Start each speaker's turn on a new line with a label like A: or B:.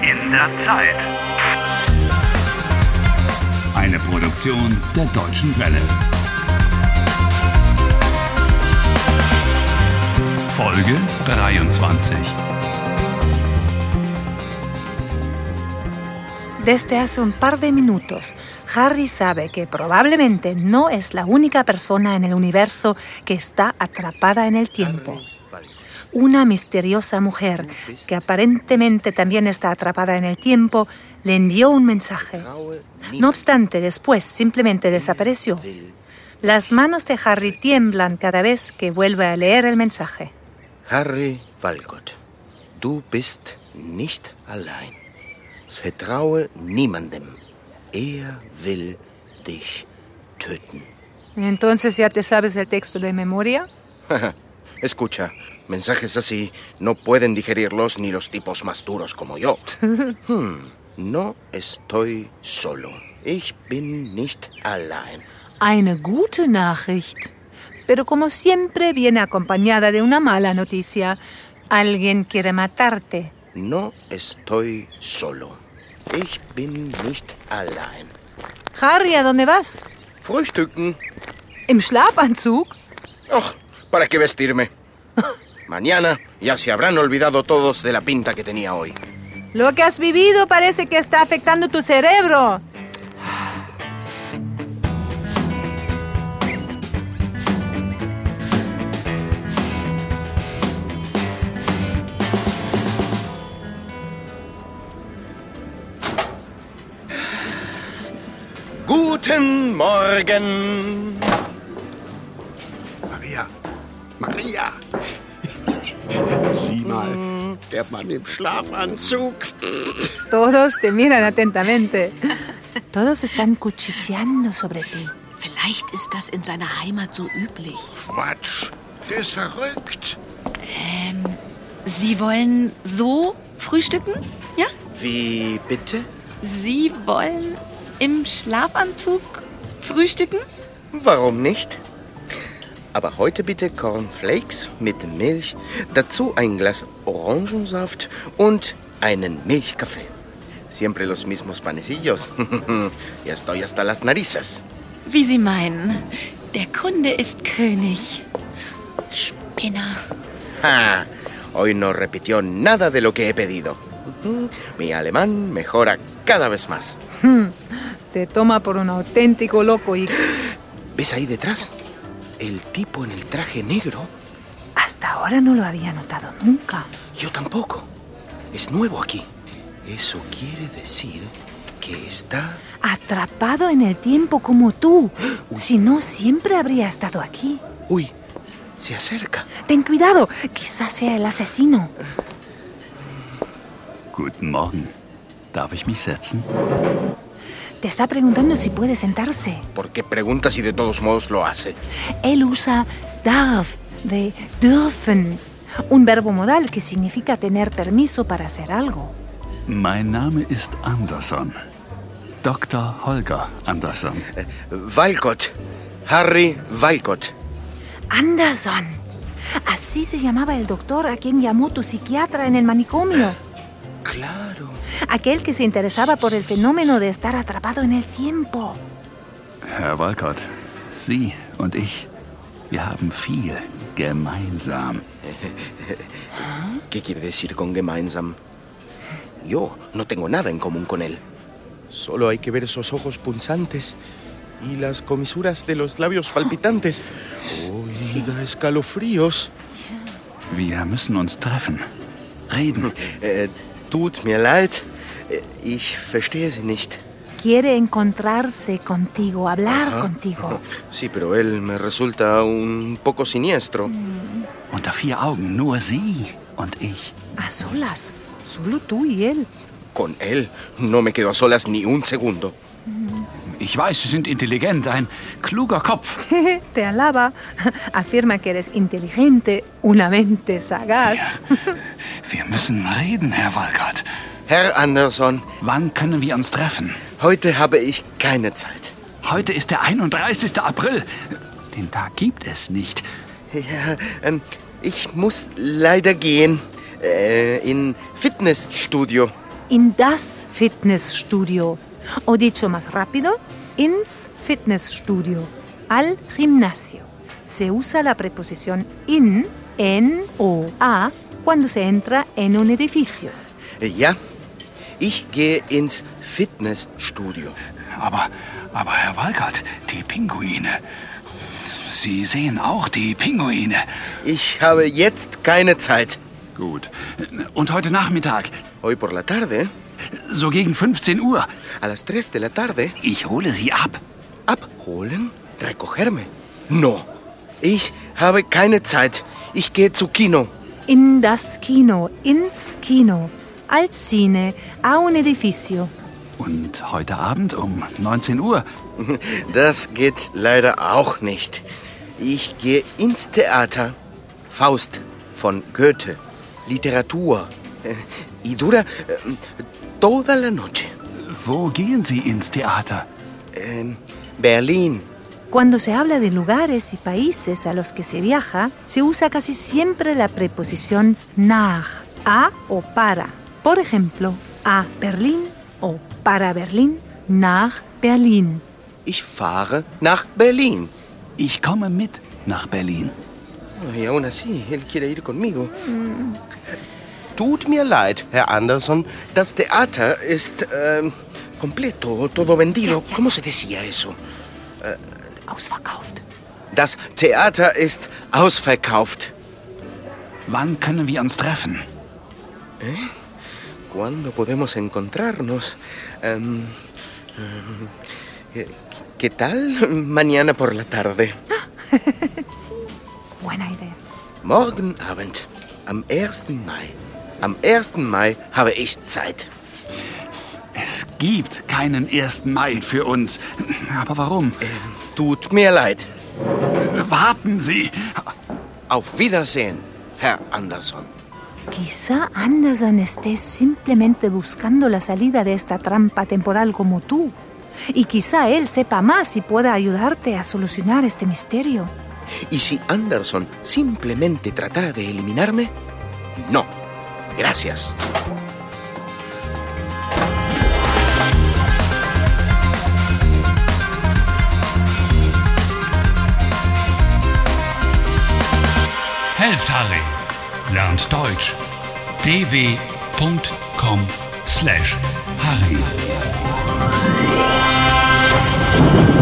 A: dieser Zeit.
B: Eine Produktion der Deutschen Welle. Folge 23.
C: Desde este hace un par de minutos, Harry sabe que probablemente no es la única persona en el universo que está atrapada en el tiempo. Una misteriosa mujer, que aparentemente también está atrapada en el tiempo, le envió un mensaje. Äh, No obstante, después simplemente desapareció. Las manos de Harry tiemblan cada vez que vuelve a leer el mensaje.
D: Harry Walcott, du bist nicht allein. Vertraue niemandem. Er will dich töten.
C: Entonces ya te sabes el texto de memoria.
D: Escucha, mensajes así no pueden digerirlos ni los tipos más duros como yo. Hm, no estoy solo. Ich bin nicht allein.
C: Eine gute Nachricht. Pero como siempre viene acompañada de una mala noticia. Alguien quiere matarte.
D: No estoy solo. Ich bin nicht allein.
C: Harry, ¿a dónde vas?
D: Frühstücken.
C: ¿Im Schlafanzug?
D: Ugh, ¿para qué vestirme? Mañana ya se habrán olvidado todos de la pinta que tenía hoy.
C: Lo que has vivido parece que está afectando tu cerebro.
D: Guten Morgen.
E: Maria, Maria. Sieh mal, der Mann im Schlafanzug.
C: Todos te miran atentamente. Todos están cuchicheando sobre ti.
F: Vielleicht ist das in seiner Heimat so üblich.
E: Quatsch, der ist verrückt.
F: Sie wollen so frühstücken? Ja?
D: Wie bitte?
F: Sie wollen im Schlafanzug frühstücken?
D: Warum nicht? Aber heute bitte Cornflakes mit Milch, dazu ein Glas Orangensaft und einen Milchkaffee. Siempre los mismos panecillos. ya estoy hasta las narices.
F: Wie Sie meinen. Der Kunde ist König. Spinner.
D: Ja, Hoy no repitió nada de lo que he pedido. Mi alemán mejora cada vez más.
C: Te toma por un auténtico loco y
D: ¿Ves ahí detrás? El tipo en el traje negro.
C: hasta ahora no lo había notado nunca.
D: Yo tampoco. Es nuevo aquí. Eso quiere decir que está...
C: Atrapado en el tiempo como tú. Si no, siempre habría estado aquí.
D: Uy, se acerca.
C: Ten cuidado, quizás sea el asesino.
B: Guten Morgen. Darf ich mich setzen?
C: Te está preguntando si puede sentarse.
D: ¿Por qué pregunta si de todos modos lo hace?
C: Él usa darf de dürfen, un verbo modal que significa tener permiso para hacer algo.
B: Mein Name ist Anderson. Dr. Holger Anderson.
D: Walcott. Harry Walcott.
C: Anderson. Así se llamaba el doctor a quien llamó tu psiquiatra en el manicomio.
D: Claro.
C: Aquel que se interesaba por el fenómeno de estar atrapado en el tiempo.
B: Herr Walcott, Sie und ich, wir haben viel gemeinsam.
D: ¿Qué quiere decir con gemeinsam? Yo no tengo nada en común con él. Solo hay que ver esos ojos punzantes y las comisuras de los labios palpitantes. Uy, da escalofríos.
B: Wir müssen uns treffen. Reden.
D: Eh, tut mir leid. Eh, ich verstehe sie nicht.
C: Quiere encontrarse contigo, hablar contigo.
D: Sí, pero él me resulta un poco siniestro.
B: Unter vier Augen nur Sie und ich.
C: A solas, solo tú y él.
D: Con él no me quedo a solas ni un segundo.
B: Ich weiß, Sie sind intelligent, ein kluger Kopf.
C: Te alaba, afirma que eres inteligente, una mente sagaz.
B: Wir müssen reden, Herr Walcott.
D: Herr Anderson,
B: Wann können wir uns treffen?
D: heute habe ich keine Zeit.
B: Heute ist der 31. April. Den Tag gibt es nicht.
D: Ja, ähm, ich muss leider gehen. Äh, in Fitnessstudio.
C: in das Fitnessstudio. O dicho más rápido, ins Fitnessstudio, al gimnasio. Se usa la preposición in, en o a cuando se entra en un edificio.
D: Ja, ich gehe ins Fitnessstudio.
B: Aber, aber Herr Walkert, die Pinguine. Sie sehen auch die Pinguine.
D: Ich habe jetzt keine Zeit.
B: Gut. Und heute Nachmittag,
D: Hoy por la tarde,
B: so gegen 15 Uhr,
D: a las 3 de la tarde,
B: ich hole Sie ab.
D: abholen, recogerme. No, ich habe keine Zeit. Ich gehe zu Kino.
C: In das Kino, ins Kino, al cine, a un edificio.
B: Und heute Abend um 19 Uhr.
D: Das geht leider auch nicht. Ich gehe ins Theater. Faust von Goethe. Literatur. Äh, Y dura äh, toda la noche.
B: Wo gehen Sie ins Theater?
D: Ähm, Berlin.
C: Cuando se habla de lugares y países a los que se viaja, se usa casi siempre la preposición nach, a o para. Por ejemplo, a Berlín o para Berlín, nach Berlín.
D: Ich fahre nach Berlin.
B: Ich komme mit nach Berlin.
D: Y aún Oh, así, él quiere ir conmigo. Tut mir leid, Herr Anderson. Das Theater ist ähm, completo, todo vendido. ¿Cómo se decía eso?
C: Ausverkauft.
D: Das Theater ist ausverkauft.
B: Wann können wir uns treffen?
D: ¿Cuándo podemos encontrarnos? Em, em, ¿qué- ¿Qué tal mañana por la tarde?
C: Buena idea.
D: Morgen Abend, am 1. Mai. Am 1. Mai habe ich Zeit.
B: Es gibt keinen 1. Mai für uns. Aber warum?
D: Em, Tut mir leid.
B: Warten Sie.
D: Auf Wiedersehen, Herr Anderson.
C: Quizá Anderson esté simplemente buscando la salida de esta trampa temporal como tú. Y quizá él sepa más y pueda ayudarte a solucionar este misterio.
D: ¿Y si Anderson simplemente tratara de eliminarme? No. Gracias.
A: Helft Harry. Lernt Deutsch. dw.com/harry.